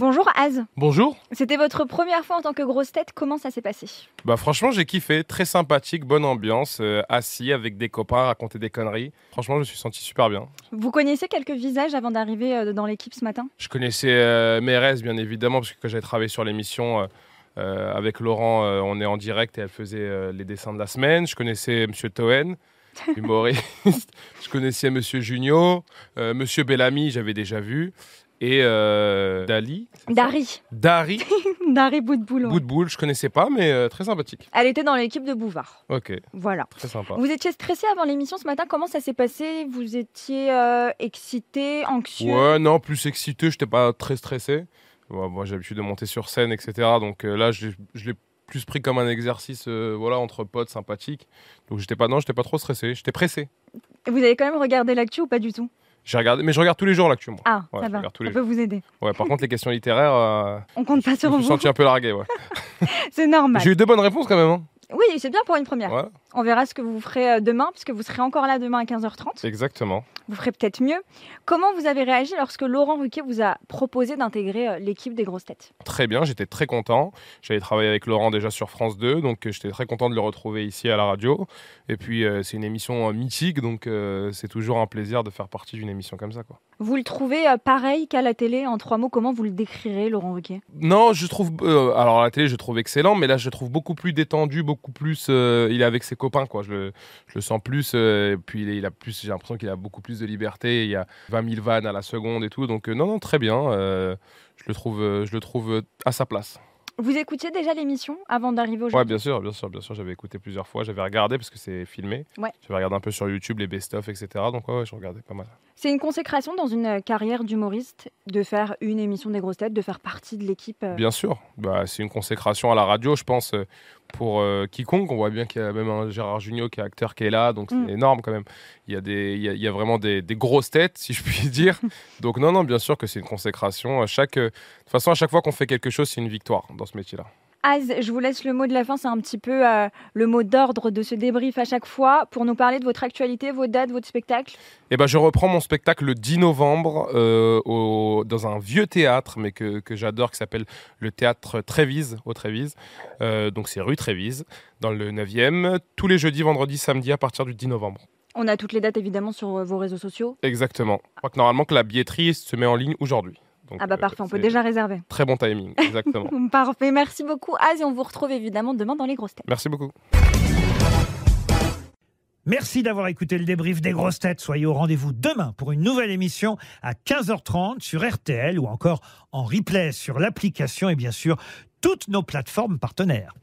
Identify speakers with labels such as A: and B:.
A: Bonjour Az,
B: Bonjour.
A: c'était votre première fois en tant que grosse tête, comment ça s'est passé
B: Bah franchement, j'ai kiffé, très sympathique, bonne ambiance, euh, assis avec des copains, raconter des conneries. Franchement, je me suis senti super bien.
A: Vous connaissez quelques visages avant d'arriver euh, dans l'équipe ce matin
B: Je connaissais euh, Mérez, bien évidemment, parce que quand j'ai travaillé sur l'émission euh, euh, avec Laurent, euh, on est en direct et elle faisait euh, les dessins de la semaine. Je connaissais Monsieur Toen, humoriste. je connaissais Monsieur Junio, euh, Monsieur Bellamy, j'avais déjà vu. Et euh, Dali,
A: Dari,
B: Dari,
A: Dari Boudboulon.
B: Boudboul, je connaissais pas, mais euh, très sympathique.
A: Elle était dans l'équipe de Bouvard,
B: Ok,
A: voilà.
B: très sympa.
A: Vous étiez stressé avant l'émission ce matin, comment ça s'est passé Vous étiez euh, excité, anxieux
B: Ouais, non, plus excité, j'étais pas très stressé. Ouais, moi, j'ai l'habitude de monter sur scène, etc. Donc euh, là, je l'ai- je l'ai plus pris comme un exercice euh, voilà, entre potes, sympathique. Donc j'étais pas, non, j'étais pas trop stressé, j'étais pressé.
A: Vous avez quand même regardé l'actu ou pas du tout
B: J'ai regardé, mais je regarde tous les jours l'actu, moi.
A: Ah,
B: Ouais,
A: ça
B: je
A: va,
B: regarde tous
A: on
B: les
A: peut vous aider.
B: Ouais, par contre, les questions littéraires, euh,
A: On compte pas
B: je
A: sur
B: me suis
A: vous,
B: senti un peu largué. Ouais.
A: c'est normal.
B: J'ai eu deux bonnes réponses quand même. hein.
A: Oui, c'est bien pour une première.
B: Ouais,
A: On verra ce que vous ferez euh, demain, puisque vous serez encore là demain à 15h30.
B: exactement.
A: vous ferez peut-être mieux. Comment vous avez réagi lorsque Laurent Ruquier vous a proposé d'intégrer euh, l'équipe des grosses têtes
B: Très bien, j'étais très content. J'avais travaillé avec Laurent déjà sur France 2, donc euh, j'étais très content de le retrouver ici à la radio. Et puis euh, c'est une émission euh, mythique, donc euh, c'est toujours un plaisir de faire partie d'une émission comme ça. Quoi.
A: Vous le trouvez euh, pareil qu'à la télé en trois mots Comment vous le décrirez, Laurent Ruquier
B: Non, je trouve. euh, alors à la télé, je le trouve excellent, mais là, je le trouve beaucoup plus détendu, beaucoup plus. euh, il est avec ses copains, quoi. Je le, je le sens plus. euh, et puis il, est- il a plus. J'ai l'impression qu'il a beaucoup plus de liberté. Il y a 20 000 vannes à la seconde et tout. Donc euh, non, non, très bien. euh, je le trouve. euh, je le trouve euh, à sa place.
A: Vous écoutiez déjà l'émission avant d'arriver
B: Ouais,
A: aujourd'hui
B: bien sûr, bien sûr, bien sûr. J'avais écouté plusieurs fois, j'avais regardé parce que c'est filmé.
A: Ouais.
B: J'avais regardé un peu sur YouTube les best-of, etc. Donc ouais, ouais, je regardais pas mal.
A: C'est une consécration dans une euh, carrière d'humoriste de faire une émission des grosses têtes, de faire partie de l'équipe. euh.
B: Bien sûr, bah, c'est une consécration à la radio, je pense, euh, pour euh, quiconque. On voit bien qu'il y a même un Gérard Junior qui est acteur qui est là, donc c'est
A: Mm.
B: énorme quand même. Il y a, des, il y a, il y a vraiment des, des grosses têtes, si je puis dire. donc non, non, bien sûr que c'est une consécration. À chaque, euh, de toute façon, à chaque fois qu'on fait quelque chose, c'est une victoire dans ce métier-là.
A: Az, je vous laisse le mot de la fin, c'est un petit peu euh, le mot d'ordre de ce débrief à chaque fois pour nous parler de votre actualité, vos dates, votre spectacle.
B: Eh ben, je reprends mon spectacle le 10 novembre euh, au- dans un vieux théâtre, mais que, que j'adore, qui s'appelle le théâtre Trévise, au Trévise. Euh, donc, c'est rue Trévise, dans le 9e, tous les jeudis, vendredis, samedis, à partir du 10 novembre.
A: On a toutes les dates évidemment sur euh, vos réseaux sociaux.
B: Exactement. Je crois que normalement, que la billetterie se met en ligne aujourd'hui. Donc,
A: Ah bah
B: euh,
A: parfait, on peut
B: c'est
A: déjà réserver.
B: Très bon timing, exactement.
A: Parfait, merci beaucoup Az et on vous retrouve évidemment demain dans les grosses têtes.
B: Merci beaucoup.
C: Merci d'avoir écouté le débrief des grosses têtes. Soyez au rendez-vous demain pour une nouvelle émission à 15h30 sur RTL ou encore en replay sur l'application et bien sûr toutes nos plateformes partenaires.